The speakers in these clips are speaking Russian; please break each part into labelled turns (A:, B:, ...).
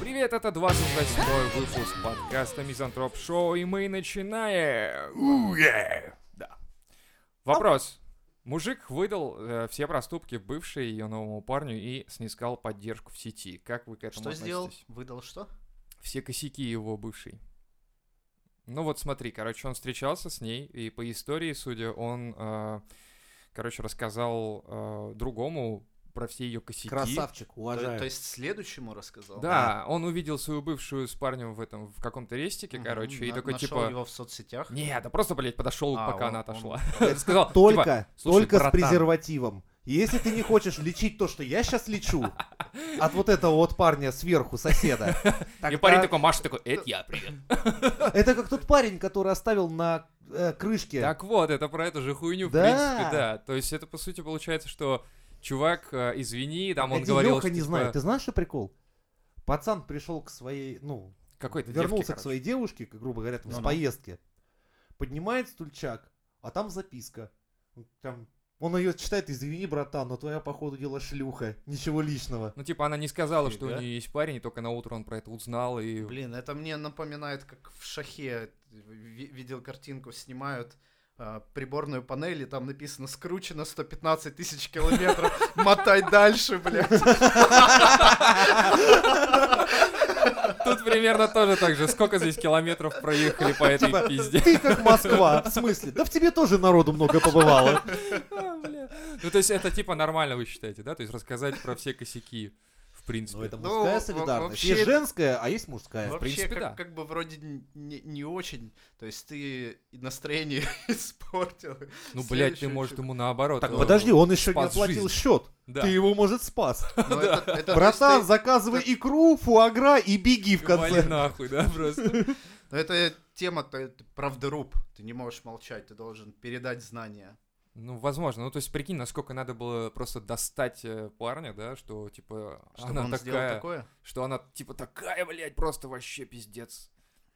A: привет! Это 28 выпуск подкаста Мизантроп Шоу, и мы начинаем! Уе! Да. Вопрос. Мужик выдал э, все проступки бывшей ее новому парню и снискал поддержку в сети. Как вы к этому
B: Что
A: относитесь?
B: сделал? Выдал что?
A: Все косяки его бывшей. Ну вот смотри, короче, он встречался с ней, и по истории, судя, он, э, короче, рассказал э, другому про все ее косяки.
C: Красавчик,
B: То,
C: уважаю.
B: то есть следующему рассказал? А.
A: Да, он увидел свою бывшую с парнем в этом, в каком-то рестике,
B: Мгм.
A: короче, и
B: На-
A: такой,
B: нашел
A: типа...
B: его в соцсетях?
A: Не, да просто, блядь, подошел,
B: А,
A: пока
B: он-
A: она
B: он-
A: отошла.
B: он-
A: Сказал,
C: только,
A: типа, «Слушай,
C: только
A: братан».
C: с презервативом. Если ты не хочешь лечить то, что я сейчас лечу, от вот этого вот парня сверху, соседа.
A: И
C: тогда-
A: парень такой, Маша такой, это я, привет.
C: Это как тот парень, который оставил на э, крышке.
A: Так вот, это про эту же хуйню, в
C: Да.
A: принципе, да. То есть это, по сути, получается, что чувак, э, извини, там он
C: Погоди,
A: говорил...
C: Лёха
A: что,
C: не
A: типа,
C: знает. Ты знаешь, что прикол? Пацан пришел к своей, ну,
A: Какой-то
C: вернулся
A: девке,
C: к своей девушке, как, грубо говоря, там, с
B: Ну-ну.
C: поездки. Поднимает стульчак, а там записка. Там, он ее читает, извини, братан, но твоя, походу, дела шлюха. Ничего личного.
A: Ну, типа, она не сказала, что
B: Фига.
A: у нее есть парень, и только на утро он про это узнал, и...
B: Блин, это мне напоминает, как в шахе ви- видел картинку, снимают а, приборную панель, и там написано «Скручено 115 тысяч километров, мотай дальше, блядь».
A: Тут примерно тоже так же. Сколько здесь километров проехали по этой
C: Типа,
A: пизде?
C: Ты как Москва, в смысле? Да в тебе тоже народу много побывало.
A: А, бля. Ну, то есть это типа нормально вы считаете, да? То есть рассказать про все косяки, в
C: Ну,
A: принципе.
C: это
B: Ну,
C: мужская
B: во-
C: солидарность.
B: вообще-
C: Есть женская, а есть мужская.
B: Вообще,
A: принципе,
B: как,
A: да.
B: как бы вроде н- не, не очень, то есть ты и настроение испортил.
A: Ну, блядь, ты,
B: Следующий
A: может,
B: чувак.
A: ему наоборот.
C: Так,
A: э,
C: подожди, он еще не
A: спас
C: оплатил
A: жизнь.
C: счет.
A: Да.
C: Ты его, может, спас.
B: Но это- это, то есть
C: Братан,
B: ты-
C: заказывай икру, фуагра и беги в
A: Вали
C: конце.
A: нахуй, да, просто.
B: но это тема то- ты правдоруб, ты не можешь молчать, ты должен передать знания.
A: Ну, возможно. Ну, то есть, прикинь, насколько надо было просто достать э, парня, да, что, типа,
B: Чтобы
A: она
B: он сделал
A: такая...
B: такое.
A: Что она, типа, такая, блядь, просто вообще пиздец.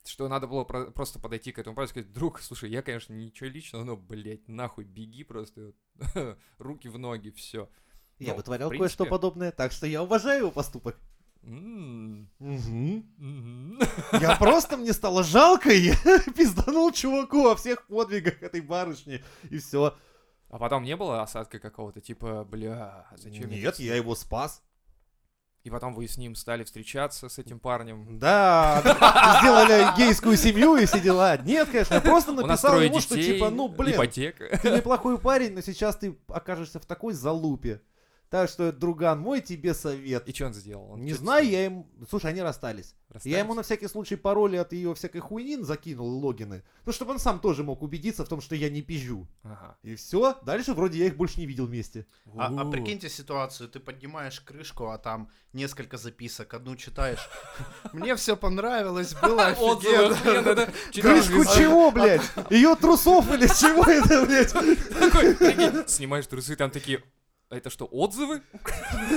A: Что надо было про- просто подойти к этому парню и сказать, друг, слушай, я, конечно, ничего личного, но, блядь, нахуй, беги просто, руки в ноги, все.
C: Я
A: Ну,
C: вытворял
A: в
C: кое-что
A: принципе.
C: подобное, так что я уважаю его поступок.
A: М-м-м.
C: Мгм.
A: Мгм.
C: Я просто, мне стало жалко, и я пизданул чуваку о всех подвигах этой барышни, и все.
A: А потом не было осадка какого-то, типа, бля, зачем я
C: Нет,
A: это
C: я его спас.
A: И потом вы с ним стали встречаться, с этим парнем.
C: Да, сделали гейскую семью и все дела. Нет, конечно, я просто
A: У нас
C: написал
A: трое
C: ему, что
A: детей,
C: типа, ну, блин,
A: ипотека.
C: ты неплохой парень, но сейчас ты окажешься в такой залупе. Так что, друган мой, тебе совет.
A: И что он сделал? Он
C: Не
A: чё-то
C: знаю,
A: сделал?
C: я им... Слушай, они расстались.
A: Расстались?
C: Я ему на всякий случай пароли от ее всякой хуйни закинул и логины. Ну, чтобы он сам тоже мог убедиться в том, что я не пизжу.
A: Ага.
C: И все. Дальше вроде я их больше не видел вместе.
B: А, а
A: У-у.
B: прикиньте ситуацию, ты поднимаешь крышку, а там несколько записок, одну читаешь. Мне все понравилось, было
A: Отзывы охуенно,
B: офигенно.
A: да? Читаешь
C: Крышку
A: из-
C: чего, блядь? Ее трусов или чего это, блядь?
A: Такой, прикинь, Снимаешь трусы, там такие... «А Это что, отзывы?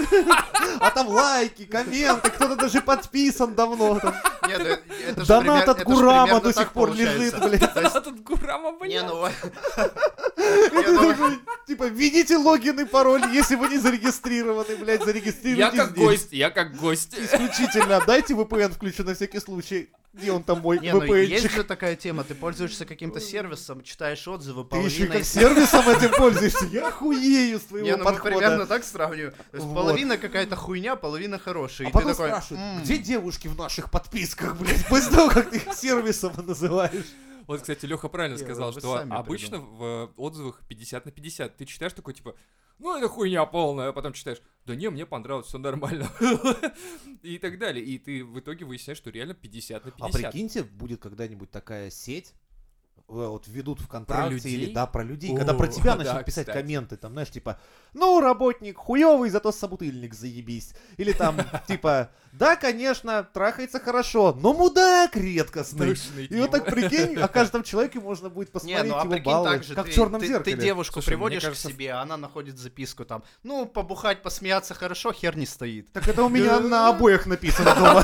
C: А там лайки, комменты, кто-то даже подписан давно. там.
B: Не, да, это же
C: Донат
B: пример-
C: от
B: это же
C: Гурама
B: примерно
C: до
B: так
C: сих пор лежит,
B: получается.
C: блядь.
B: То есть-
A: Этот А Гурама,
B: Не,
A: блин.
B: ну...
C: И ты
B: думаю-
C: такой, Типа, введите логин и пароль, если вы не зарегистрированы, блядь,
A: Я
C: зарегистрируйтесь
A: как
C: здесь.
A: гость, я как гость.
C: Исключительно. Дайте VPN включу на всякий случай. Где он там мой
B: Не, ну есть
C: VPN-чик?
B: же такая тема, ты пользуешься каким-то сервисом, читаешь отзывы,
C: Ты еще и
B: половина
C: как
B: из-
C: сервисом этим пользуешься. Я хуею с
B: Не,
C: твоего
B: ну мы примерно
C: подхода.
B: так сравниваю. То есть
C: Вот.
B: половина какая-то хуйня, половина хорошая.
C: А
B: И ты
C: потом
B: такой...
C: спрашивают,
B: «М,
C: где девушки в наших подписках, блядь? После того, как ты их сервисом называешь.
A: Вот, кстати, Леха правильно
B: Не,
A: сказал,
B: вы
A: что
B: сами
A: обычно в э, отзывах 50 на 50. Ты читаешь такой, типа, ну это хуйня полная, а потом читаешь, да не, мне понравилось, все нормально. И так далее. И ты в итоге выясняешь, что реально 50 на
C: А
A: 50.
C: прикиньте, будет когда-нибудь такая сеть, э, вот введут ВКонтакте
A: людей?
C: или да, про людей,
A: О,
C: когда про тебя
A: да,
C: начнут писать
A: кстати.
C: комменты, там, знаешь, типа, ну, работник хуёвый, зато собутыльник заебись. Или там, типа, да, конечно, трахается хорошо, но мудак редкостный.
A: Душный
C: И вот
A: тип.
C: так прикинь, о каждом человеке можно будет посмотреть
B: Не, ну а
C: его
B: прикинь
C: баллы,
B: так же,
C: как
B: ты,
C: в черном
B: ты-
C: зеркале.
B: Ты девушку
A: Слушай,
B: приводишь
A: мне кажется,
B: к себе, а она находит записку там, ну, побухать, посмеяться хорошо, хер не стоит.
C: Так это у меня на обоих написано дома.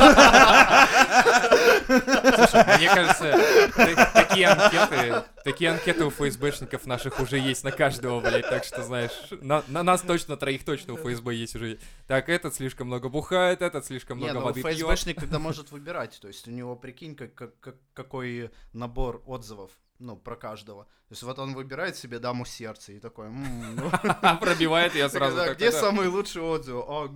A: Слушай, Мне кажется, та- такие анкеты анкеты. Такие анкеты у ФСБшников наших уже есть на каждого, блядь. Так что, знаешь, на, на нас точно, троих точно у ФСБ есть уже. Так, этот слишком много бухает, этот слишком
B: Не,
A: много
B: ну
A: воды пьет.
B: ФСБшник тогда может выбирать, то есть у него, прикинь, как, как- как- какой набор отзывов, ну, про каждого. То есть вот он выбирает себе даму сердца и такой, «М, ну,
A: Пробивает я сразу.
B: да,
A: такой,
B: где
A: да.
B: самые лучшие отзывы? Ого,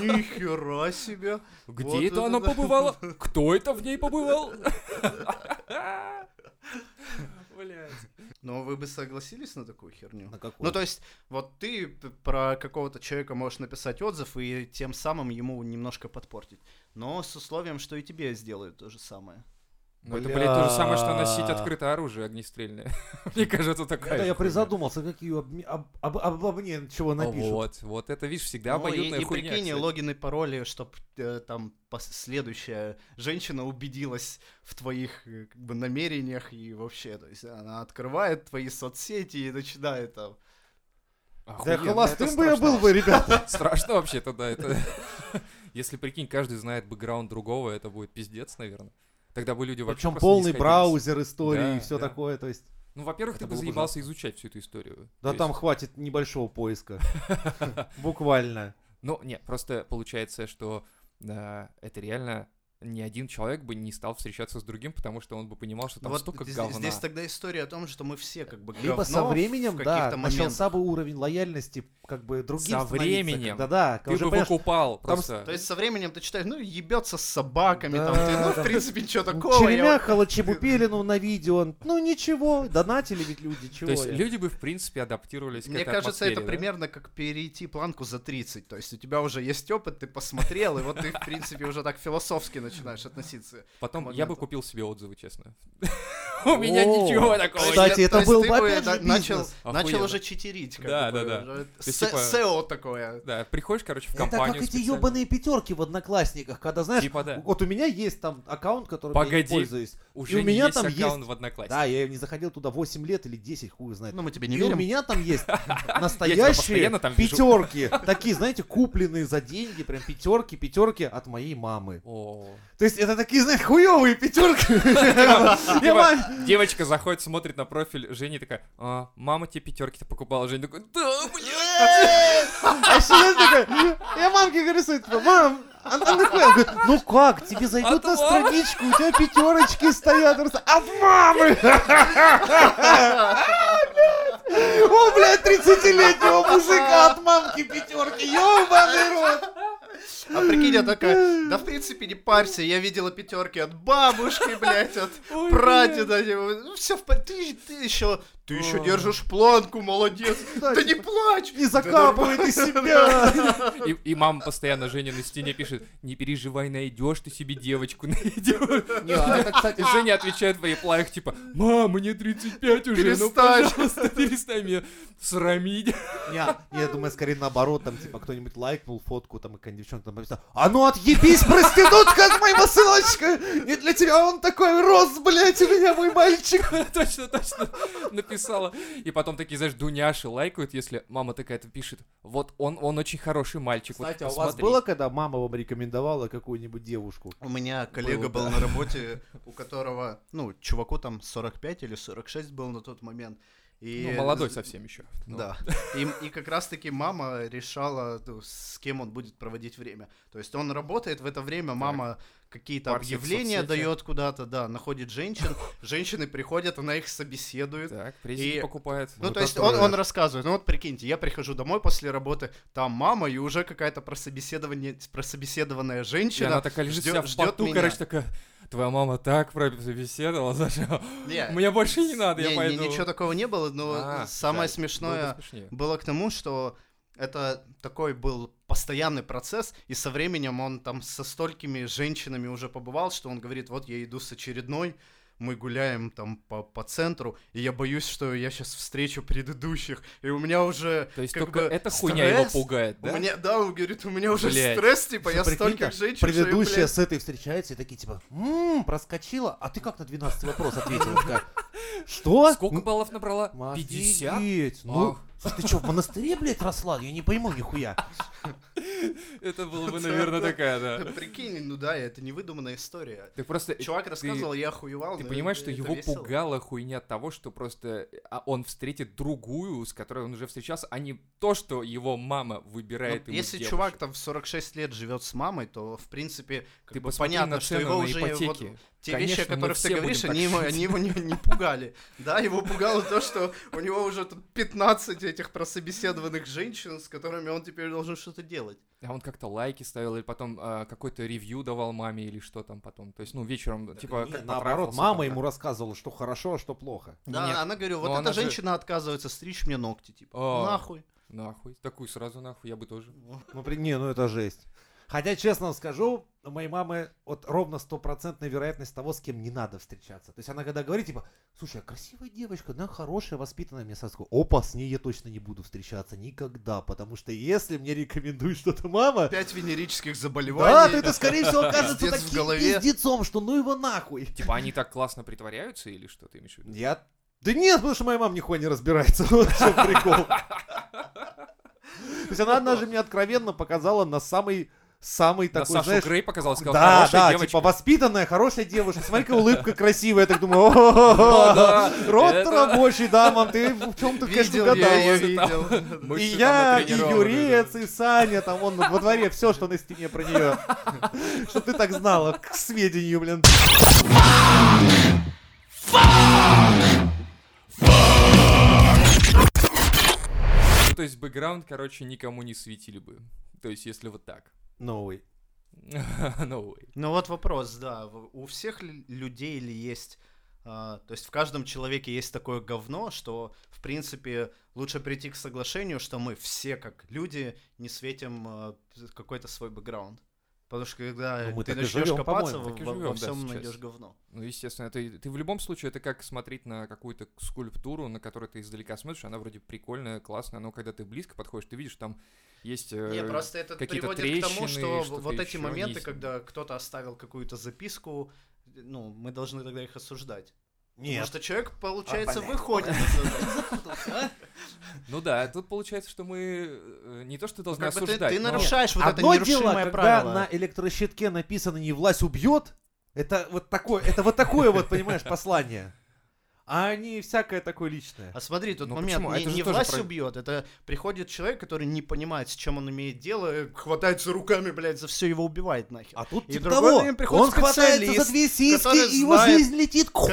B: нихера себе.
A: Где
B: Вот
A: это
B: это
A: она
B: да.
A: побывала? Кто это в ней побывал? Блядь.
B: Но вы бы согласились на такую херню?
C: На какой?
B: Ну, то есть, вот ты п- про какого-то человека можешь написать отзыв и тем самым ему немножко подпортить. Но с условием, что и тебе сделают то же самое.
A: Ну это, блядь, то же самое, что носить
C: Бля.
A: открытое оружие огнестрельное. Мне кажется, такая.
C: Да,
A: хуйня.
C: я призадумался, какие обме- об- об- обо мне чего напишут.
A: Вот, вот это, видишь, всегда
B: Ну, и,
A: обоюдная
B: и
A: хуйня.
B: прикинь,
A: кстати.
B: логин и пароли, чтобы там пос- следующая женщина убедилась в твоих э, как бы, намерениях и вообще, то есть она открывает твои соцсети и начинает там.
C: Да
A: Охуенно.
C: холостым
B: это
C: бы я
B: страшно.
C: был бы, ребята.
A: Страшно вообще-то, да, это... Если, прикинь, каждый знает бэкграунд другого, это будет пиздец, наверное. Тогда бы люди вообще
C: Причем
A: просто
C: полный
A: не сходились.
C: браузер истории
A: Да,
C: и все
A: да.
C: такое, то есть.
A: Ну, во-первых,
C: Это
A: ты бы
C: было бы
A: заебался изучать всю эту историю.
C: Да
A: То
C: там
A: есть-
C: хватит небольшого поиска. Буквально.
A: Ну, нет, просто получается, что да, это реально ни один человек бы не стал встречаться с другим, потому что он бы понимал, что там
B: вот
A: столько
B: здесь,
A: говна.
B: здесь тогда история о том, что мы все как бы
C: Либо со
B: говно в
C: временем, да,
B: каких-то моментах.
C: начался бы уровень лояльности как бы другим
A: Со временем.
C: Да, да.
A: Ты бы выкупал просто.
B: То есть со временем ты читаешь, ну, ебется с собаками,
C: Да,
B: там, ты, ну,
C: да.
B: в принципе, ничего такого. я вот-
C: Черемяхала Чебупелину на видео. Ну ничего, донатили ведь люди,
A: То
C: чего
A: есть
C: я.
A: люди бы, в принципе, адаптировались к
B: Мне
A: этой
B: кажется,
A: атмосфере,
B: это
A: да?
B: примерно как перейти планку за 30. То есть у тебя уже есть опыт, ты посмотрел, и вот ты, в принципе, уже так философски начинаешь относиться.
A: Потом я бы
B: моменту.
A: купил себе отзывы, честно. У меня
C: О,
A: ничего такого
C: Кстати,
A: нет.
B: То есть
C: это
B: ты
C: был
B: бы
C: бы опять
B: на-
C: же
B: начал,
C: бизнес.
B: начал
A: Охуенно.
B: уже читерить. как
A: Да,
B: бы,
A: да, да.
B: уже
A: есть,
B: се-
A: типа-
B: SEO такое.
A: Да, приходишь, короче, в
C: Это
A: компанию
C: как эти
A: специально.
C: ебаные пятерки в одноклассниках, когда знаешь,
A: Типа да.
C: вот у меня есть там аккаунт, которым я им
A: Погоди.
C: пользуюсь.
A: Уже
C: и у
A: не
C: меня
A: есть
C: там
A: аккаунт
C: есть-
A: в Одноклассниках.
C: Да, я не заходил туда 8 лет или 10, хуй знает.
B: Ну, мы тебе
C: И
B: не
C: у
B: верим.
C: меня там есть настоящие
A: постоянно там вижу.
C: пятерки. Такие, знаете, купленные за деньги, прям пятерки, пятерки от моей мамы.
A: О.
C: То есть это такие, знаете, хуевые пятерки.
A: Типа,
C: Я мам-
A: Девочка заходит, смотрит на профиль Жени и такая, «А, мама тебе пятерки-то покупала. Женя такой, да, бля.
C: А сидит такой, я мамке говорю, смотри, типа, мам, она она такая, говорит, ну как, тебе
A: От
C: зайдут на
A: мамы?»
C: страничку, у тебя пятерочки стоят, она такая, от мамы! О, блядь, 30-летнего мужика от мамки пятерки, ёбаный рот!
B: А прикинь, я такая, да, в принципе, не парься, я видела пятерки от бабушки, блядь, от
A: Ой,
B: прадеда. Ну, все в порядке. Ты, ты еще, ты еще держишь планку, молодец.
C: Да,
B: Да не плачь.
C: Не закапывай ты себя!
A: блядь». И, и мама постоянно Женя на стене пишет, не переживай, найдешь ты себе девочку, найдешь.
C: Не, а это, кстати,
A: И Женя отвечает в реплаях, типа, мама, мне 35 уже,
B: Перестань.
A: ну, пожалуйста, перестань меня срамить.
C: Не, не, я думаю, скорее наоборот, там, типа, кто-нибудь лайкнул фотку, там, и какая-нибудь девчонка там написала, а ну отъебись, проститутка от моего сыночка! Не для тебя он такой рос, блядь, у меня мой мальчик!
A: Точно, точно написала. И потом такие, знаешь, дуняши лайкают, если мама такая-то пишет, вот он, он очень хороший мальчик, вот
C: Кстати, а у вас
A: посмотри». Ну,
C: было, когда мама вам рекомендовала какую-нибудь девушку?
B: У меня коллега был на работе, у которого, ну, чуваку там 45 или 46 был на тот момент. И...
A: Ну, молодой совсем ну. еще.
B: Да. И, и как раз-таки мама решала, ну, с кем он будет проводить время. То есть он работает в это время, мама какие-то
A: Парсит
B: объявления
A: соцсети.
B: дает куда-то, да, находит женщин, женщины приходят, она их собеседует.
A: Так, презики
B: И-
A: покупает.
B: Ну,
C: Вот
B: то есть
C: это
B: он,
C: да.
B: он рассказывает, ну вот прикиньте, я прихожу домой после работы, там мама и уже какая-то прособеседование, прособеседованная
A: И
B: женщина.
A: она такая лежит
B: ждет-
A: вся в
B: ждет
A: поту,
B: меня.
A: короче, такая, твоя мама так пробеседовала, зачем?
B: Не,
A: Мне больше не надо,
B: не,
A: я
B: не,
A: пойду.
B: ничего такого не было, но
A: А, жаль,
B: самое
A: было
B: смешное
A: бы смешнее.
B: было к тому, что это такой был постоянный процесс, и со временем он там со столькими женщинами уже побывал, что он говорит, вот я иду с очередной, мы гуляем там по, по центру, и я боюсь, что я сейчас встречу предыдущих, и у меня уже
A: То есть
B: как
A: только
B: бы
A: эта хуйня его
B: стресс,
A: пугает,
B: У
A: да?
B: меня, да, он говорит, у меня уже
A: Блядь.
B: стресс, типа, я
C: Прикинь-то,
B: столько женщин, что я,
C: Предыдущая
B: блядь,
C: с этой встречается и такие, типа, ммм, проскочила, а ты как на 12 вопрос ответила? Такая, Что?
A: Сколько баллов набрала? 50?
C: Офигеть, Ну,
A: Ах.
C: ты что, в монастыре, блядь, росла? Я не пойму нихуя.
A: Это было бы, наверное, такая, да.
B: Прикинь, ну да, это невыдуманная история.
A: Ты просто...
B: Чувак рассказывал, я охуевал.
A: Ты
B: но
A: понимаешь,
B: это-
A: что
B: это
A: его
B: весело.
A: пугала хуйня того, что просто а, он встретит другую, с которой он уже встречался, а не то, что его мама
B: Ну,
A: выбирает ему
B: если
A: девушек.
B: чувак там в 46 лет живет с мамой, то в принципе как
A: Ты
B: бы
A: посмотри
B: понятно,
A: на
B: что
A: цены
B: его
A: на
B: уже вот
A: ипотеки.
B: те
A: Конечно,
B: вещи, о
A: мы
B: которых
A: все
B: ты говоришь,
A: будем
B: они его,
A: так
B: они его не, не пугали. Да, его пугало то, что у него уже тут 15 этих прособеседованных женщин, с которыми он теперь должен что-то делать.
A: А он как-то лайки ставил, или потом а, какой-то ревью давал маме, или что там потом. То есть, ну, вечером, типа,
C: Не,
A: как
C: наоборот,
A: потрахался
C: мама
A: там,
C: ему
A: да.
C: рассказывала, что хорошо, а что плохо.
B: Да,
A: Нет.
B: она говорила,
A: Но
B: вот
A: она
B: эта
A: же-
B: женщина отказывается стричь мне ногти, типа,
A: А.
B: нахуй.
A: Нахуй. Такую сразу нахуй, я бы тоже.
C: Ну, при- не, ну это жесть. Хотя, честно вам скажу, у моей мамы вот ровно стопроцентная вероятность того, с кем не надо встречаться. То есть она когда говорит, типа, слушай, а красивая девочка, она хорошая, воспитанная, мне сразу такой, опа, с ней я точно не буду встречаться никогда, потому что если мне рекомендует что-то мама,
B: Пять венерических заболеваний.
C: да, то это, скорее всего, окажется
B: Пиздец в
C: таким
B: голове.
C: пиздецом, что ну его нахуй.
A: Типа, они так классно притворяются, или что ты имеешь в виду?
C: Я... Да нет, потому что моя мама нихуя не разбирается. Вот в чем прикол. То есть она однажды мне откровенно показала на самый, самый
A: Да,
C: такой,
A: Сашу
C: знаешь...
A: Грей показал, сказал,
C: Да,
A: хорошая
C: да,
A: девочка.
C: типа воспитанная, хорошая девушка. Смотри-ка, улыбка красивая. Я так думаю, «О-о-о,
A: да,
C: рот
A: это-
C: рабочий, да, мам, ты в чем-то, конечно,
B: Видел, я ее
C: угадала.
B: видел.
A: Мышцы
C: И
A: там
C: я, и
A: натренированы,
C: Юрец,
A: да.
C: и Саня, там он во дворе, все, что на стене про нее. Что ты так знала, к сведению, блин.
A: Ну, То есть, бэкграунд, короче, никому не светили бы. То есть, если вот так.
C: Новый.
A: No way.
B: Ну вот вопрос, да, в- у всех ли людей ли есть, а, то есть в каждом человеке есть такое говно, что в принципе лучше прийти к соглашению, что мы все как люди не светим а, какой-то свой бэкграунд. Потому что когда
C: Ну, мы
B: ты
C: так и
B: начнешь
C: живём,
B: копаться,
C: по-моему.
B: во,
A: Так и
B: во- во
A: живём, да,
B: всем
A: сейчас.
B: найдешь говно.
A: Ну, естественно, ты, ты в любом случае, это как смотреть на какую-то скульптуру, на которую ты издалека смотришь, она вроде прикольная, классная, но когда ты близко подходишь, ты видишь, там есть... э,
B: Не, просто это
A: какие-то
B: приводит к тому,
A: трещины,
B: что
A: что-то
B: в- вот эти
A: ещё,
B: моменты,
A: они-
B: когда кто-то оставил какую-то записку, ну, мы должны тогда их осуждать. Потому
C: Нет,
B: что человек, получается,
C: блядь.
B: выходит из этого.
A: Ну да, тут получается, что мы э, не то, что должны
B: Ну, Как бы ты-
A: осуждать, ну,
B: ты
A: но-
B: нарушаешь вот это
C: Одно дело,
B: нерушимое
C: когда
B: правило.
C: на электрощитке написано «не власть убьет», это вот такое, это вот такое вот, понимаешь, послание. А не всякое такое личное.
B: А смотри, тут
A: Ну
B: момент,
A: почему?
B: не,
A: Это же
B: не
A: тоже
B: власть
A: про-
B: убьет, это приходит человек, который не понимает, с чем он имеет дело, э, хватается руками, блядь, за все его убивает нахер.
C: А тут
B: И
C: типа
B: другой
C: того,
B: время приходит
C: он хватается за
B: специалист,
C: две
B: который
C: сиськи, и его
B: знает,
C: жизнь летит к
B: как-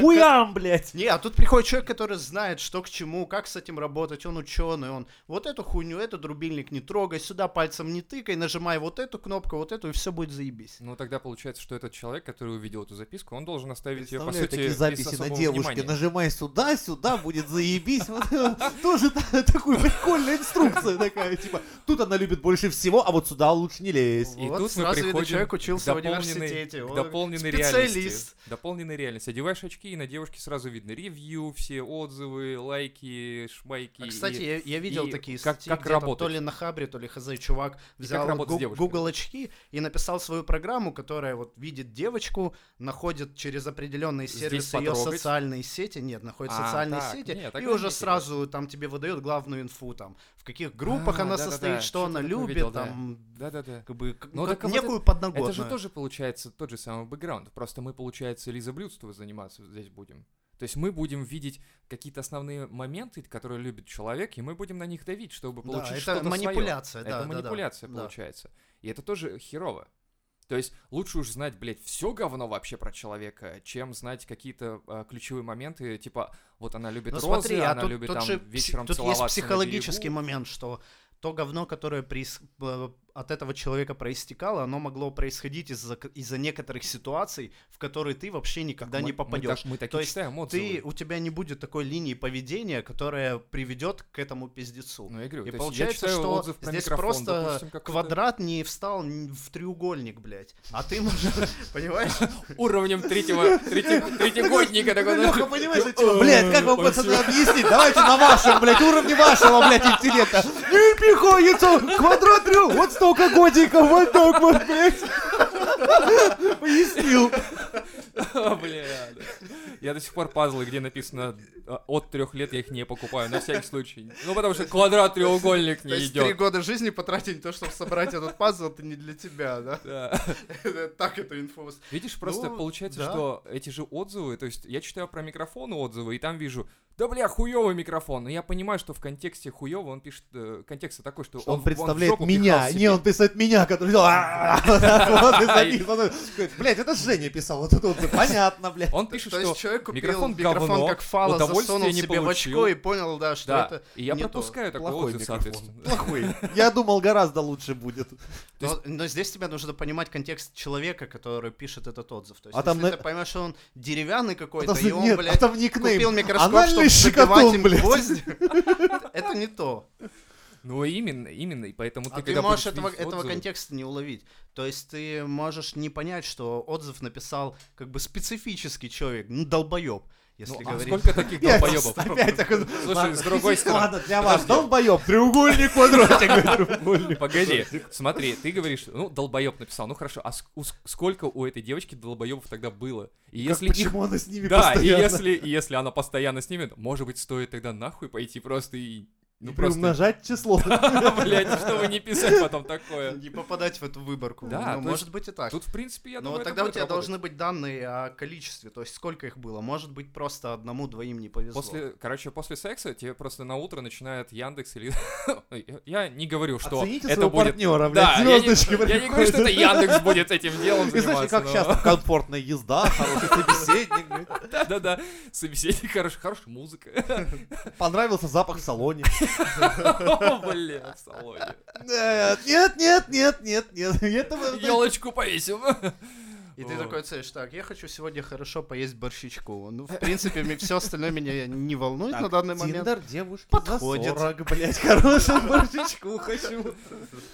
C: хуям, блядь.
B: Не, а тут приходит человек, который знает, что к чему, как с этим работать, он ученый, он вот эту хуйню, этот рубильник не трогай, сюда пальцем не тыкай, нажимай вот эту кнопку, вот эту, и все будет заебись.
A: Ну, тогда получается, что этот человек, который увидел эту записку, он должен оставить ее, по
C: Представляю
A: сути,
C: такие
A: без
C: записи на
A: особого
C: девушке.
A: внимания.
C: Нажимай сюда, сюда, будет заебись. Вот, э, Тоже та- такую прикольная инструкция такая, типа, тут она любит больше всего, а вот сюда лучше не лезь.
A: И
B: Вот
A: тут мы
B: сразу видно,
A: приходим
B: человек учился
A: к
B: в
A: дополненной-
B: университете,
A: к
B: он
A: дополненной реальности.
B: специалист.
A: Дополненной реальности. Одеваешь очки, и на девушке сразу видно ревью, все отзывы, лайки, шмайки.
B: А,
A: и-
B: кстати, я, я видел
A: и
B: такие
A: как-
B: статьи,
A: как
B: где там
A: работать?
B: то ли на Хабре, то ли хз, чувак взял
A: работать с
B: гу-
A: девушкой?
B: Google очки и написал свою программу, которая вот видит девочку, находит через определенные
A: Здесь
B: сервисы ее
A: потрогать?
B: социальные сети, нет, находит
A: А,
B: социальные
A: так,
B: сети,
A: не,
B: и
A: тогда
B: уже
A: не
B: сразу там тебе выдает главную инфу, там, в каких группах
A: А,
B: она
A: да-да-да,
B: состоит, что
A: что-то
B: она
A: такое
B: любит,
A: видел, да.
B: там,
A: Да-да-да.
B: как бы, к-
A: Ну,
B: как
A: так вот
B: некую
A: Это
B: подноготную.
A: же тоже получается тот же самый бэкграунд. Просто мы, получается, лизоблюдство заниматься здесь будем. То есть мы будем видеть какие-то основные моменты, которые любит человек, и мы будем на них давить, чтобы
B: Да,
A: получить
B: это
A: что-то своё.
B: манипуляция, да,
A: Это
B: да, да.
A: манипуляция
B: Да.
A: получается. И это тоже херово. То есть лучше уж знать, блядь, все говно вообще про человека, чем знать какие-то а, ключевые моменты, типа, вот она любит
B: Ну,
A: розы,
B: смотри, а
A: она
B: тут,
A: любит
B: тут
A: там
B: же пси-
A: вечером
B: тут
A: целоваться
B: есть
A: на
B: психологический
A: берегу.
B: момент, что то говно, которое проис- э, от этого человека проистекало, оно могло происходить из-за к- из-за некоторых ситуаций, в которые ты вообще никогда
A: Мы-
B: не
A: мы так-
B: попадешь.
A: Мы, так
B: То
A: и
B: есть
A: читаем отзывы.
B: Ты, у тебя не будет такой линии поведения, которая приведет к этому пиздецу.
A: Ну, я говорю,
B: И
A: то есть я
B: получается,
A: читаю
B: что
A: отзыв про
B: здесь
A: микрофон,
B: просто
A: допустим, какой-то-
B: Квадрат не встал н- в треугольник, блядь. А ты можешь, понимаешь?
A: уровнем третьего, третьего- третьегодника такой. да.
C: Лёха, понимаешь,
A: Э,
C: эти- блядь, как вам
A: он
C: пацаны
A: всё-
C: объяснить? Давайте на вашем, блядь, уровне вашего, блядь, интеллекта. Не приходится, квадрат трёх, вот столько годиков, вот так вот, блядь. Пояснил.
B: а,
A: Бля, да. Я до сих пор пазлы, где написано а, от трех лет я их не покупаю, на всякий случай. Ну, потому что квадрат-треугольник
B: То
A: не
B: есть три
A: идет.
B: года жизни потратить на то, чтобы собрать этот пазл, это не для тебя, да? Так эту инфу. с-
A: Видишь, просто
B: Ну,
A: получается,
B: да.
A: что эти же отзывы, то есть я читаю про микрофоны отзывы, и там вижу, да бля, хуёвый микрофон. Но я понимаю, что в контексте хуёвый он пишет, э, контекст такой, что,
C: Что он
A: в-
C: представляет
A: в жопу
C: меня. а
A: пихал
C: Не,
A: себе.
C: он представляет меня, который делал... «А-а-а». Вот так а, вот, и за ним, смотри, Блядь, это Женя писал. Вот тут вот, понятно, блядь.
A: Он пишет,
B: То
A: что
B: есть человек купил
A: микрофон
B: микрофон,
A: говно,
B: как фала,
A: удовольствия
B: засунул
A: не
B: себе в
A: получил.
B: очко и понял, да, что
A: Да,
B: это...
A: и я
B: не то.
A: пропускаю такой
C: Плохой
A: отзыв,
C: микрофон.
A: соответственно.
C: Плохой. Я думал, гораздо лучше будет.
A: То
B: Но, но здесь тебе нужно понимать контекст человека, который пишет этот отзыв. То есть,
C: А там
B: если
C: на-
B: ты поймешь, что он деревянный какой-то,
C: Там
B: и он,
C: нет, а
B: блядь,
C: там никнейм.
B: купил микроскоп, чтобы
C: Анальный
B: забивать им
C: щекотун, блядь.
B: гвозди, это не то.
A: Ну именно, именно, и поэтому ты
B: А ты,
A: когда
B: можешь
A: будешь
B: этого,
A: видеть
B: этого
A: отзывы-
B: контекста не уловить. То есть ты можешь не понять, что отзыв написал как бы специфический человек, ну долбоеб, если
A: Ну, а
B: говорить.
A: сколько таких
C: Я
A: долбоебов?
C: Опять такой...
A: Слушай, с другой стороны,
C: Ладно, для вас долбоеб, треугольник, квадратик, треугольник.
A: Ну, погоди, смотри, ты говоришь, ну, долбоеб написал, ну хорошо, а ск- у ск- сколько у этой девочки долбоебов тогда было? И
C: Как,
A: если их
C: Почему она с ними
A: Да, и
C: постоянно?
A: если, и если она постоянно снимет, может быть, стоит тогда нахуй пойти просто и... Ну просто,
C: Приумножать число.
A: блядь, чтобы не писать потом такое.
B: Не попадать в эту выборку.
A: Да,
B: Ну,
A: то есть
B: может быть и так.
A: Тут, в принципе, я
B: Но
A: думаю,
B: Ну, вот
A: это
B: тогда у
A: будет
B: тебя
A: работать.
B: должны быть данные о количестве, то есть сколько их было. Может быть, просто одному-двоим не повезло.
A: После, короче, после секса тебе просто на утро начинает Яндекс или... э, Я не говорю, что
C: Оцените
A: это
C: своего
A: будет...
C: партнера, блядь,
A: Да, я не-
C: звездочки
A: Я не говорю, что это Яндекс будет этим делом
C: И знаешь,
A: заниматься.
C: как сейчас,
A: но-
C: там комфортная езда, хороший собеседник, блядь.
A: Да-да-да, собеседник хороший, хорошая музыка.
C: понравился запах в салоне.
A: О, Бля, в салоне.
C: Нет, нет, нет, нет, нет, нет. Это
A: Елочку повесим.
B: И ты
A: Вот.
B: такой целишь, так, я хочу сегодня хорошо поесть борщичку. Ну, в
A: Э.
B: принципе, все остальное меня не волнует на данный момент.
C: Тиндер девушки
B: Подходит.
C: за 40, блядь, хорошую борщичку хочу.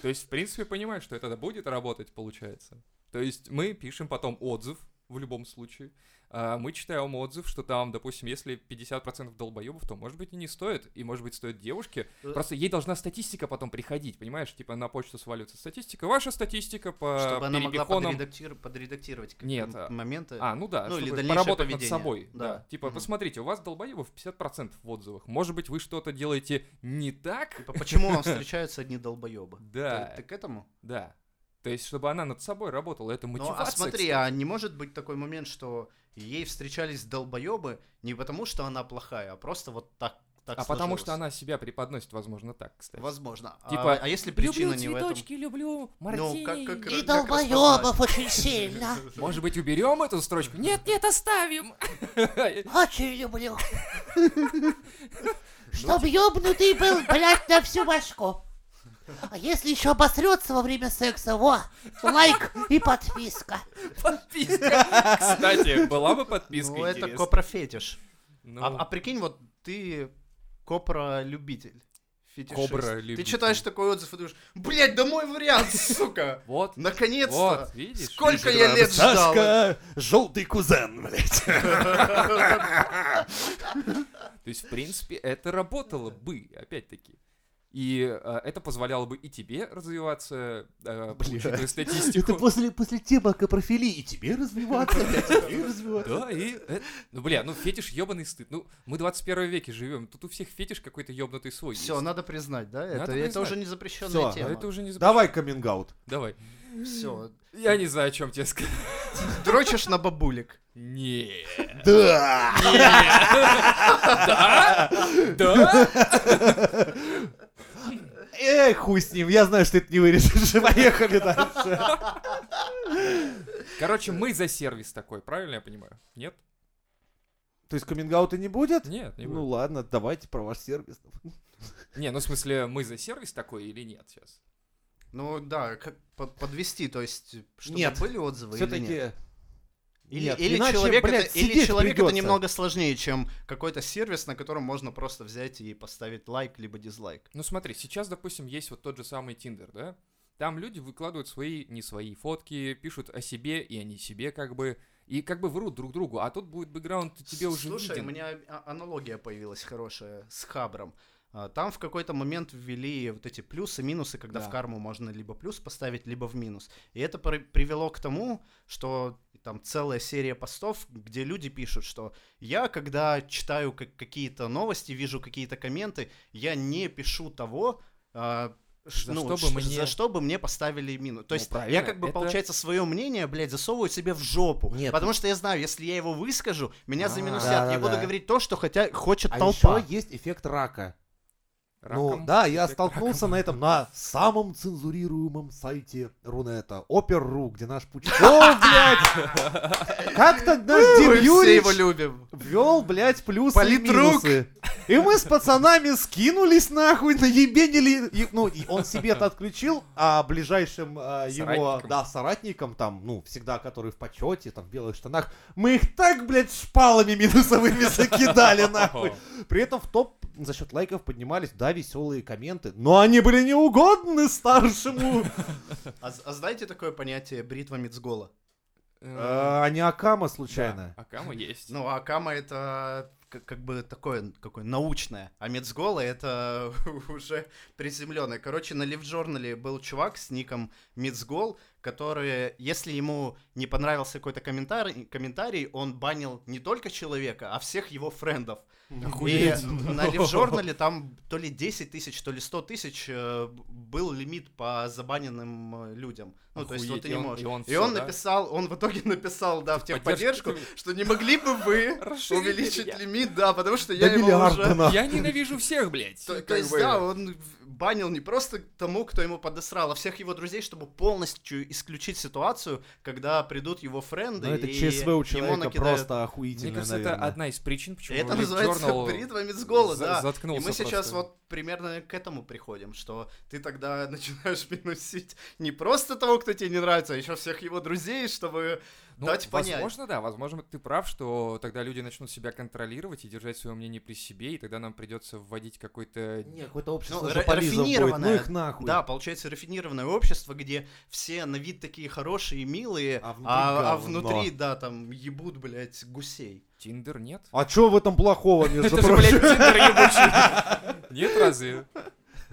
A: То есть, в принципе, понимаешь, что это будет работать, получается. То есть мы пишем потом отзыв в любом случае. А, Мы читаем отзыв, что там, допустим, если 50% долбоебов, то, может быть, и не стоит. И, может быть, стоит девушке.
B: Э.
A: Просто ей должна статистика потом приходить, понимаешь? Типа на почту сваливается статистика. Ваша статистика по
B: А, Чтобы она могла
A: перепихонам.
B: подредактир- подредактировать
A: Нет,
B: какие-то
A: а-
B: моменты.
A: А, ну да,
B: Ну, или
A: чтобы
B: дальнейшее
A: поработать
B: поведение.
A: над собой. Да.
B: Да.
A: Типа,
B: Мгм.
A: посмотрите, у вас долбоебов 50% в отзывах. Может быть, вы что-то делаете не так?
B: Типа, почему вам встречаются одни долбоебы?
A: Да.
B: Ты, ты к этому?
A: Да. То есть, чтобы она над собой работала, это
B: Ну,
A: мотивация.
B: а смотри,
A: кстати.
B: а не может быть такой момент, что ей встречались долбоебы не потому, что она плохая, а просто вот так, так
A: А потому что
B: сложилось?
A: она себя преподносит, возможно, так, кстати.
B: Возможно.
A: Типа,
B: а, а если причина не в этом? Ну,
A: люблю
B: как- как
D: И
B: раз- как
D: долбоебов
B: распознать.
D: очень сильно.
B: ну,
A: Может быть, уберем эту строчку? Нет, нет, оставим.
D: Очень люблю. Чтоб ёбнутый был, блядь, на всю башку. А если еще обосрется во время секса, во, лайк и подписка.
A: Подписка. Кстати, была бы подписка.
B: Ну, это
A: интересно.
B: копрофетиш.
A: Ну,
B: А, а прикинь, вот ты копра-любитель. фетишист.
A: Кобра-любитель.
B: Ты читаешь такой отзыв и думаешь, блядь, да мой вариант, сука!
A: Вот.
B: Наконец-то!
A: Вот, видишь?
B: Сколько я лет ждал!
C: Сашка, желтый кузен, блядь.
A: То есть, в принципе, это работало бы, опять-таки. И э, это позволяло бы и тебе развиваться, э, получить
C: Бля. Это
A: статистику.
C: после, после темы о капрофилии и тебе развиваться, блядь, и тебе развиваться.
A: Да, и... э, Ну, бля, ну фетиш ёбаный стыд. Ну, мы 21 веке живем, тут у всех фетиш какой-то ёбнутый свой
B: Все,
A: есть.
B: надо признать, да? Это,
A: признать.
B: это уже не
C: Всё,
B: запрещенная
A: А
B: тема.
A: это уже не... зап-
C: Давай каминг-аут.
A: Давай.
B: Все.
A: Я не знаю, о чем тебе сказать.
B: Дрочишь на бабулек.
A: Не.
C: Да!
A: Да? Да?
C: Эй, хуй с ним, я знаю, что ты это не вырежешь. Поехали дальше.
A: Короче, мы за сервис такой, правильно я понимаю? Нет?
C: То есть каминг-аута не будет?
A: Нет, не
C: Ну
A: будет.
C: ладно, давайте про ваш сервис.
A: Не, ну в смысле, мы за сервис такой или нет сейчас?
B: Ну да, как по- подвести, то есть, чтобы
C: Нет.
B: были отзывы или нет?
C: Все-таки...
B: Или,
C: Нет,
B: или
C: иначе,
B: человек,
C: блядь,
B: это, или
C: сидеть
B: человек это
C: придётся.
B: немного сложнее, чем какой-то сервис, на котором можно просто взять и поставить лайк либо дизлайк.
A: Ну смотри, сейчас, допустим, есть вот тот же самый Тиндер, да? Там люди выкладывают свои, не свои фотки, пишут о себе и они себе как бы, и как бы врут друг другу, а тут будет бэкграунд тебе уже
B: Слушай,
A: виден.
B: у меня а- аналогия появилась хорошая с Хабром. А, Там в какой-то момент ввели вот эти плюсы, минусы, когда
A: Да.
B: в карму можно либо плюс поставить, либо в минус. И это при- привело к тому, что там целая серия постов, где люди пишут, что я, когда читаю как- какие-то новости, вижу какие-то комменты, я не пишу того, а, ш-
A: За
B: ну,
A: что бы
B: ш-
A: мне-
B: за что бы мне поставили мину. То
A: Ну,
B: есть я
A: правильно,
B: как бы,
A: это- ну
B: получается, свое мнение, блядь, засовываю себе в жопу.
C: Нет.
B: Потому что я знаю, если я его выскажу, меня
A: А,
B: заминусят. я буду
C: да-да-да.
B: говорить то, что хотя хочет
C: А
B: толпа.
C: еще есть эффект рака. Ну
A: Раком?
C: да, я
A: Эффект
C: столкнулся на этом на самом цензурируемом сайте Рунета, Опер.ру, где наш Пучков, блядь, как-то наш Дим
B: Мы все его
C: Юрьевич
B: любим.
C: ввел, блядь, плюсы
B: Политрук.
C: и минусы. И мы с пацанами скинулись нахуй, наебенили. И, ну, и он себе это отключил, а ближайшим а, его,
A: Соратникам.
C: да, соратникам, там, ну, всегда, которые в почете, там, в белых штанах, мы их так, блядь, шпалами минусовыми закидали нахуй. При этом в топ за счет лайков поднимались, да, веселые комменты, но они были неугодны старшему.
B: А, з- а знаете такое понятие бритва Мицгола?
A: Э,
C: Э, А не Акама
A: да,
C: случайно?
A: Акама есть.
B: Ну, Акама это к- как бы такое, какое научное, а Мецгола это уже приземленное. Короче, на лифт-журнале был чувак с ником Мецгол, который, если ему не понравился какой-то комментарий, комментарий, он банил не только человека, а всех его френдов.
C: Ну,
A: Охуеть.
B: И на Лив-журнале там то ли 10 тысяч, то ли 100 тысяч э, был лимит по забаненным э, людям. Ну, то есть
A: Охуеть,
B: вот ты
A: и
B: не
A: он-
B: можешь.
A: и он
B: И
A: всё,
B: он
A: да?
B: написал, он в итоге написал, да, в
A: Поддержку
B: техподдержку, что не могли бы вы
A: Расширили меня.
B: увеличить лимит, да, потому что я
C: Да
B: его
C: миллиарда
B: уже...
C: нахуй.
A: Я ненавижу всех, блядь.
B: То, то
A: Как
B: есть,
A: бы-
B: да, он в- банил не просто тому, кто ему подосрал, а всех его друзей, чтобы полностью исключить ситуацию, когда придут его френды
C: Но это
B: и
C: ЧСВ у человека
B: ему накидают
C: просто
A: Мне
C: охуительное,
A: кажется, это
C: наверное.
A: одна из причин, почему
B: Это
A: Ник
B: называется
A: Джорнал
B: бритва Мицгола,
A: за-
B: да.
A: заткнулся
B: И мы сейчас
A: просто.
B: вот примерно к этому приходим, что ты тогда начинаешь минусить не просто того, кто тебе не нравится, а еще всех его друзей, чтобы
A: Ну,
B: дать понять.
A: Возможно, да, возможно, ты прав, что тогда люди начнут себя контролировать и держать свое мнение при себе, и тогда нам придется вводить какой-то...
C: Не, какое-то общество
B: Ну,
C: же
B: ра-
C: полизов будет. Ну
B: рафинированное,
C: их нахуй.
B: Да, получается рафинированное общество, где все на вид такие хорошие и милые,
C: А
B: а, а
C: внутри говно.
B: внутри, да, там ебут, блядь, гусей.
A: Тиндер нет?
C: А чё в этом плохого, между
A: Это же, блядь,
C: прочим?
A: Тиндер ебучий. Нет, разве?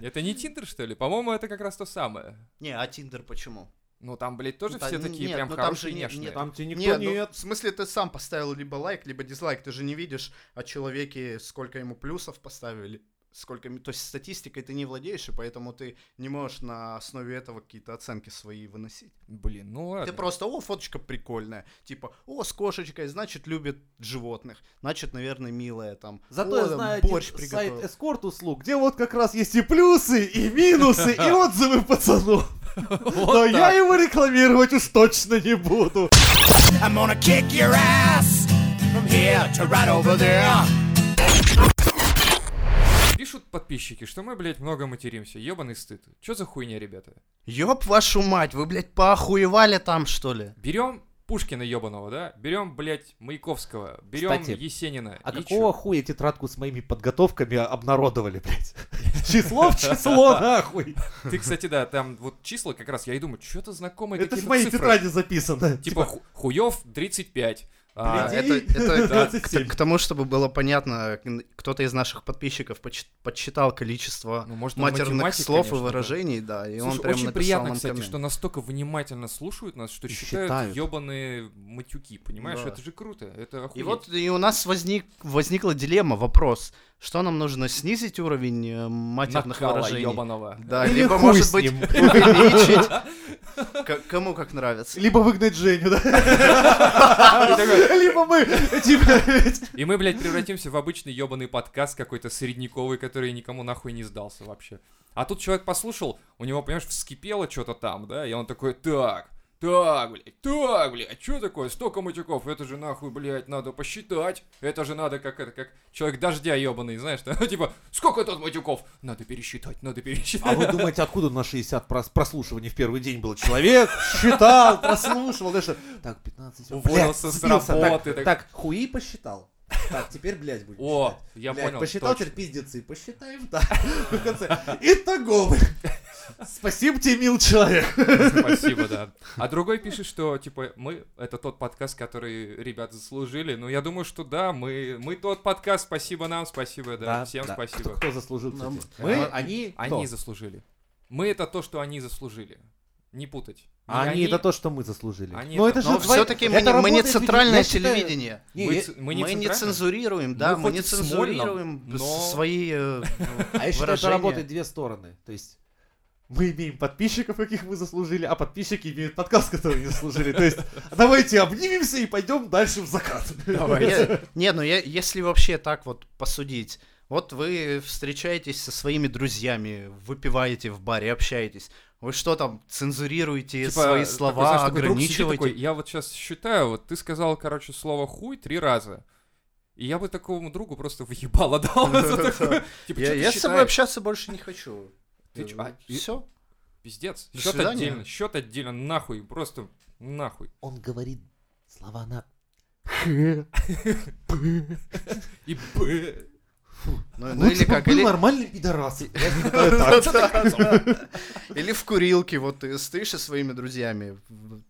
A: Это не Тиндер, что ли? По-моему, это как раз то самое.
B: Не, а Тиндер почему?
A: Ну, там, блядь, тоже
B: Ну, та-
A: все такие
B: нет,
A: прям
B: ну, там же
A: хорошие,
B: не-
A: нежные.
B: нет,
C: Там тебе
B: Не,
C: никто
B: ну,
C: нет.
B: в смысле, ты сам поставил либо лайк, либо дизлайк. Ты же не видишь о человеке, сколько ему плюсов поставили. Сколько... ми- То есть статистикой ты не владеешь, и поэтому ты не можешь на основе этого какие-то оценки свои выносить.
A: Блин, ну
B: Ты
A: ладно.
B: просто, о, фоточка прикольная. Типа, о, с кошечкой, значит, любит животных. Значит, наверное, милая там.
C: Зато
B: «О,
C: я
B: там
C: знаю один
B: борщ приготовил.
C: сайт эскорт услуг, где вот как раз есть и плюсы, и минусы, и отзывы пацанов. Но я его рекламировать уж точно не буду.
E: I'm gonna kick your ass from here to right over there.
A: Пишут подписчики, что мы, блядь, много материмся. Ебаный стыд. Че за хуйня, ребята?
B: Ёб вашу мать, вы, блядь, поохуевали там, что ли?
A: Берем Пушкина ебаного, да? Берем, блядь, Маяковского, берем
C: Кстати,
A: Есенина.
C: А
A: И чё?
C: какого хуя тетрадку с моими подготовками обнародовали, блядь? Число в число, нахуй.
A: Ты, кстати, да, там вот числа как раз, я и думаю, что это знакомые
C: Это в
A: какие-то
C: моей
A: цифры.
C: тетради записано.
A: Типа ху- хуёв 35. а,
B: Блядей.
C: Людей
B: это- это-
C: 27.
B: К, к тому, чтобы было понятно, н- кто-то из наших подписчиков поч- подсчитал количество
A: ну, может, он
B: матерных
A: математик,
B: слов
A: конечно,
B: и
A: да.
B: выражений, да, и
A: Слушай,
B: он прям
A: очень
B: написал
A: приятно,
B: нам
A: кстати,
B: коммент.
A: что настолько внимательно слушают нас, что
C: И
A: считают
C: считают.
A: ебаные матюки, понимаешь?
B: Да.
A: Это же круто, это
B: И
A: охуеть.
B: вот и у нас возник, возникла дилемма, вопрос, что нам нужно снизить уровень э, матерных
A: Накала
B: выражений?
A: ёбаного.
B: Да,
C: Или
B: либо,
C: хуй
B: может
C: с
B: быть,
C: ним.
B: увеличить. К- Кому как нравится.
C: Либо выгнать Женю, да? Либо мы, типа,
A: И мы, блядь, превратимся в обычный ебаный подкаст какой-то средниковый, который никому нахуй не сдался вообще. А тут человек послушал, у него, понимаешь, вскипело что-то там, да, и он такой, так, так, блядь, так, блядь, что такое, столько матюков, это же нахуй, блядь, надо посчитать, это же надо как, это, как человек дождя ебаный, знаешь, да? типа, сколько тут матюков, надо пересчитать, надо
C: А
A: пересчитать.
C: вы думаете, откуда на 60 прос- прослушиваний в первый день был человек? Считал, прослушивал, знаешь, что- так, 15, всё,
A: Уволился
C: блядь,
A: с
C: сбился,
A: работы, так.
C: Так, так, хуи посчитал. Так, теперь, блядь, будем
A: О,
C: считать.
A: я
C: Блядь,
A: понял,
C: посчитал
A: точно.
C: теперь пиздецы, посчитаем так. В конце. Итого, блядь. Спасибо тебе, мил человек.
A: Спасибо, да. А другой пишет, что, типа, мы — это тот подкаст, который ребята заслужили. Ну, я думаю, что да, мы, мы тот подкаст, спасибо нам, спасибо, да, всем
C: Кто,
A: спасибо.
C: кто заслужил, кстати?
B: Нам-
C: Мы,
B: Мы-
C: они, кто?
A: Они заслужили. Мы — это то, что они заслужили. Не путать. Не
C: А они, это то, что мы заслужили.
A: они
C: Но
A: это-
C: это же
A: Ну,
B: Но
C: твои-
B: все-таки мы,
C: это
B: не- мы не
C: работает, видимо,
B: центральное
C: я считаю-
B: телевидение.
C: Не,
A: Мы
C: я-
A: ц-
B: Мы,
A: мы
B: не
A: центральные.
B: цензурируем,
A: Мы
B: да, мы
A: хоть
B: не
A: в Смольном,
B: цензурируем
A: но-
B: с- свои э,
C: А я считаю,
B: выражения.
C: это работает две стороны. То есть мы имеем подписчиков, каких мы заслужили, а подписчики имеют подкаст, который не заслужили. То есть давайте обнимемся и пойдем дальше в закат.
B: Не, не, ну я- если вообще так вот посудить, вот вы встречаетесь со своими друзьями, выпиваете в баре, общаетесь. Вы что там, цензурируете
A: Типа,
B: свои
A: такой,
B: слова,
A: знаешь, такой друг сидит
B: ограничиваете?
A: такой, я вот сейчас считаю, вот ты сказал, короче, слово хуй три раза. И я бы такому другу просто въебало дал. за такое. Типа,
B: Я
A: «Чё ты
B: я с собой
A: считаешь?»
B: общаться больше не хочу.
A: Ты чё, а, и-
B: Все.
A: Пиздец.
B: До
A: Счет
B: свидания.
A: отдельно, счет отдельно, нахуй, просто нахуй.
C: Он говорит слова на...
A: И б-
B: Ну, ну или
C: Лучше бы
B: как,
C: был
B: или...
C: нормальный пидорас. Я считаю так.
B: Да. Или в курилке, вот ты стоишь со своими друзьями.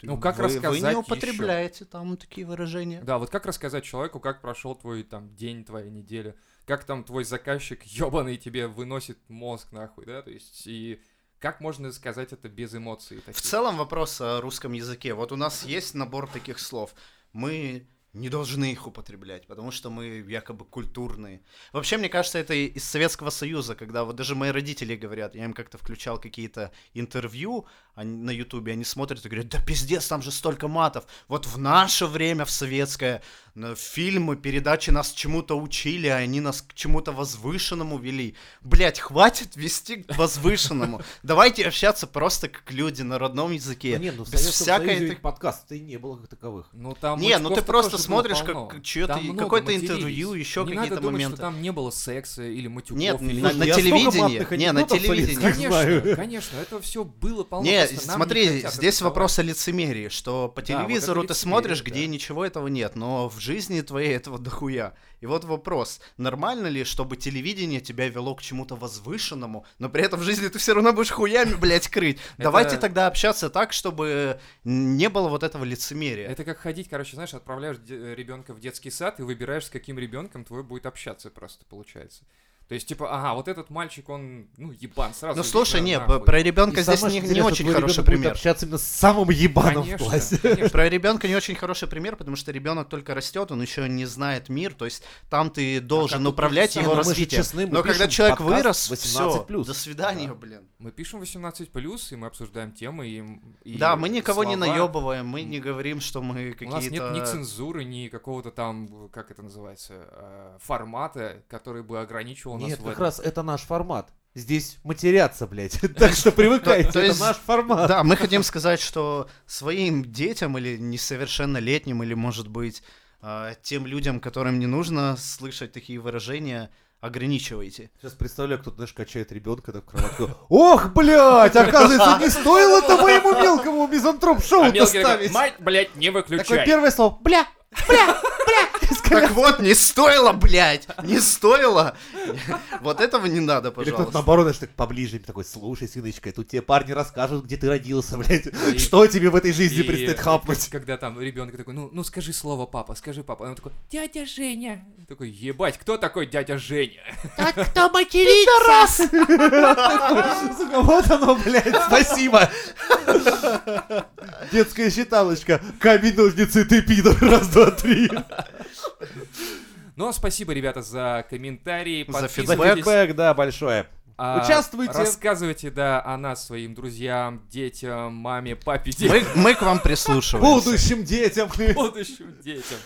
A: Ну, как
B: Вы- Вы
A: рассказать
B: не
A: ещё?
B: употребляете там такие выражения.
A: Да, вот как рассказать человеку, как прошел твой там день, твоя неделя, как там твой заказчик ебаный тебе выносит мозг нахуй, да, то есть и как можно сказать это без эмоций?
B: В
A: таких?
B: целом вопрос о русском языке. Вот у нас есть набор таких слов. Мы не должны их употреблять, потому что мы якобы культурные. Вообще, мне кажется, это и- из Советского Союза, когда вот даже мои родители говорят, я им как-то включал какие-то интервью они- на Ютубе, они смотрят и говорят, да пиздец, там же столько матов. Вот в наше время, в советское, на фильмы, передачи нас чему-то учили, а они нас к чему-то возвышенному вели. Блять, хватит вести к возвышенному. Давайте общаться просто как люди на родном языке.
C: Не, ну в
B: без
C: Советском
B: всякой
C: Союзе
B: этой-
C: ведь подкастов-то и не было как таковых.
A: Ну там
B: Не, ну ты
A: мужиков-то
B: просто
A: тоже было
B: смотришь, как-
A: полно.
B: как чьё-то-
A: Там много
B: какое-то
A: матерились.
B: интервью, ещё
A: Не
B: какие-то
A: надо думать,
B: моменты.
A: что там не было секса или матюков.
B: Нет,
A: или-
B: на- на
C: я столько
B: телевидении-
C: матных
B: не, на
C: анекдотов
B: телевидении.
C: советских
A: Конечно,
C: знаю.
A: конечно, это все было полно.
B: Не,
A: просто нам
B: смотри,
A: не хотят
B: здесь
A: этого
B: вопрос о лицемерии, что по
A: Да,
B: телевизору
A: вот это
B: ты смотришь,
A: лицемерие,
B: где
A: да.
B: ничего этого нет, но в жизни твоей этого дохуя. И вот вопрос, нормально ли, чтобы телевидение тебя вело к чему-то возвышенному, но при этом в жизни ты все равно будешь хуями, блядь, крыть.
A: Это-
B: Давайте тогда общаться так, чтобы не было вот этого лицемерия.
A: Это как ходить, короче, знаешь, отправляешь де- ребенка в детский сад и выбираешь, с каким ребенком твой будет общаться просто, получается. То есть, типа, ага, вот этот мальчик, он, ну, ебан, сразу. видно,
B: Ну слушай, не,
A: нахуй.
B: про ребенка
C: И
B: здесь
C: самое
B: не, не
C: интересное,
B: очень
C: твой
B: хороший
C: ребенок будет
B: пример.
C: общаться именно с самым ебаным в
A: Конечно,
C: классе.
A: конечно.
B: Про ребенка не очень хороший пример, потому что ребенок только растет, он еще не знает мир, то есть там ты
A: как
B: должен
A: тут
B: управлять
A: то же
B: его
A: самое,
C: а мы же
B: развитием.
C: честны, мы
B: Но когда
C: пишем
B: человек
C: подкаст
B: вырос,
C: 18+.
B: все, до свидания, блин.
A: Мы пишем 18+, и мы обсуждаем темы, и... и
B: да, мы никого не
A: слова.
B: наебываем, мы не говорим, что мы
A: У
B: какие-то...
A: нас нет ни цензуры, ни какого-то там, как это называется, э, формата, который бы ограничивал нас
C: Нет,
A: в
C: как
A: этом.
C: раз это наш формат. Здесь матерятся, блядь. Так что привыкайте,
B: то
C: это
B: есть-
C: наш формат.
B: Да, мы хотим сказать, что своим детям или несовершеннолетним, или, может быть, э, тем людям, которым не нужно слышать такие выражения, ограничивайте.
C: Сейчас представляю, кто-то, знаешь, качает ребенка так в кроватку. Ох, блядь, оказывается, не стоило это моему мелкому
A: А
C: мизантроп-шоу
A: мелкий такой,
C: доставить.
A: мать, блядь, не
C: Такое
A: выключай.
C: первое слово, бля,
B: Так вот, не стоило, блядь, не стоило. Вот этого не надо,
C: Или кто-то
B: пожалуйста.
C: наоборот, знаешь, так поближе, такой, слушай, сыночка, тут тебе парни расскажут, где ты родился, блядь, что тебе в этой жизни
A: И
C: предстоит хапнуть.
A: Когда там ребенок такой, ну, ну скажи слово папа, скажи папа. И Он такой, дядя Женя. И Такой, ебать, кто такой дядя Женя?
D: Тот, кто матерится.
C: Сука, вот оно, блядь, спасибо. Детская считалочка. Камень, ножницы, ты пидор. Раз, два, три.
A: Ну, а спасибо, ребята, за комментарии.
B: За
A: Подписывайтесь.
C: Бэкбэк, да, большое.
A: А,
C: Участвуйте.
A: Рассказывайте, да, о нас своим друзьям, детям, маме, папе, детям.
B: Мы, мы к вам прислушиваемся.
C: Будущим детям.
A: будущим детям.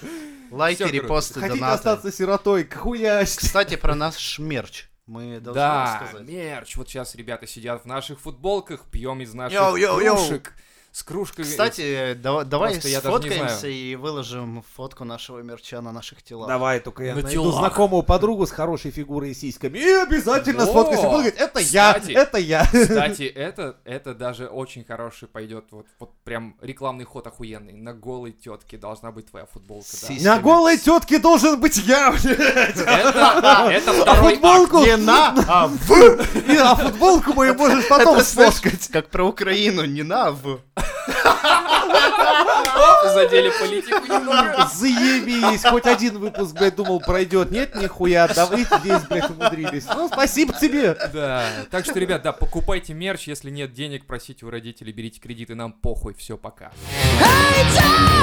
B: Лайки,
A: Всё, короче.
B: репосты,
C: Хотите
B: донаты.
C: остаться сиротой, хуясть.
B: Кстати, про наш мерч. Мы должны
A: Да,
B: рассказать.
A: мерч. Вот сейчас ребята сидят в наших футболках, пьем из наших
B: Йоу, йоу, йоу.
A: кружек. С кружками.
B: Кстати, дава- давай
A: Просто я даже не
B: сфоткаемся
A: знаю.
B: и выложим фотку нашего мерча на наших телах.
C: Давай, только я
A: На
C: найду
A: телах.
C: знакомую подругу с хорошей фигурой и сиськами. И обязательно
A: Во!
C: сфоткайся. Буду говорить, это
A: Кстати.
C: я, это я.
A: Кстати, это, это даже очень хороший пойдет. Вот, вот прям рекламный ход охуенный. На голой тетке должна быть твоя футболка. да.
B: Сись.
C: На голой тетке должен быть я, блядь.
A: Это, это
C: А
A: второй акт.
C: футболку...
B: Не на, а в.
C: И, а футболку мою можешь потом
B: Это, знаешь,
C: сфоткать.
B: Как про Украину, не на, а в.
A: задели политику немного.
C: Заебись, хоть один выпуск, блядь, думал, пройдет. Нет, нихуя, да вы здесь, блядь, умудрились. Ну, спасибо тебе.
A: Да, так что, ребят, да, покупайте мерч, если нет денег, просите у родителей, берите кредиты, нам похуй, все, пока.
F: I don't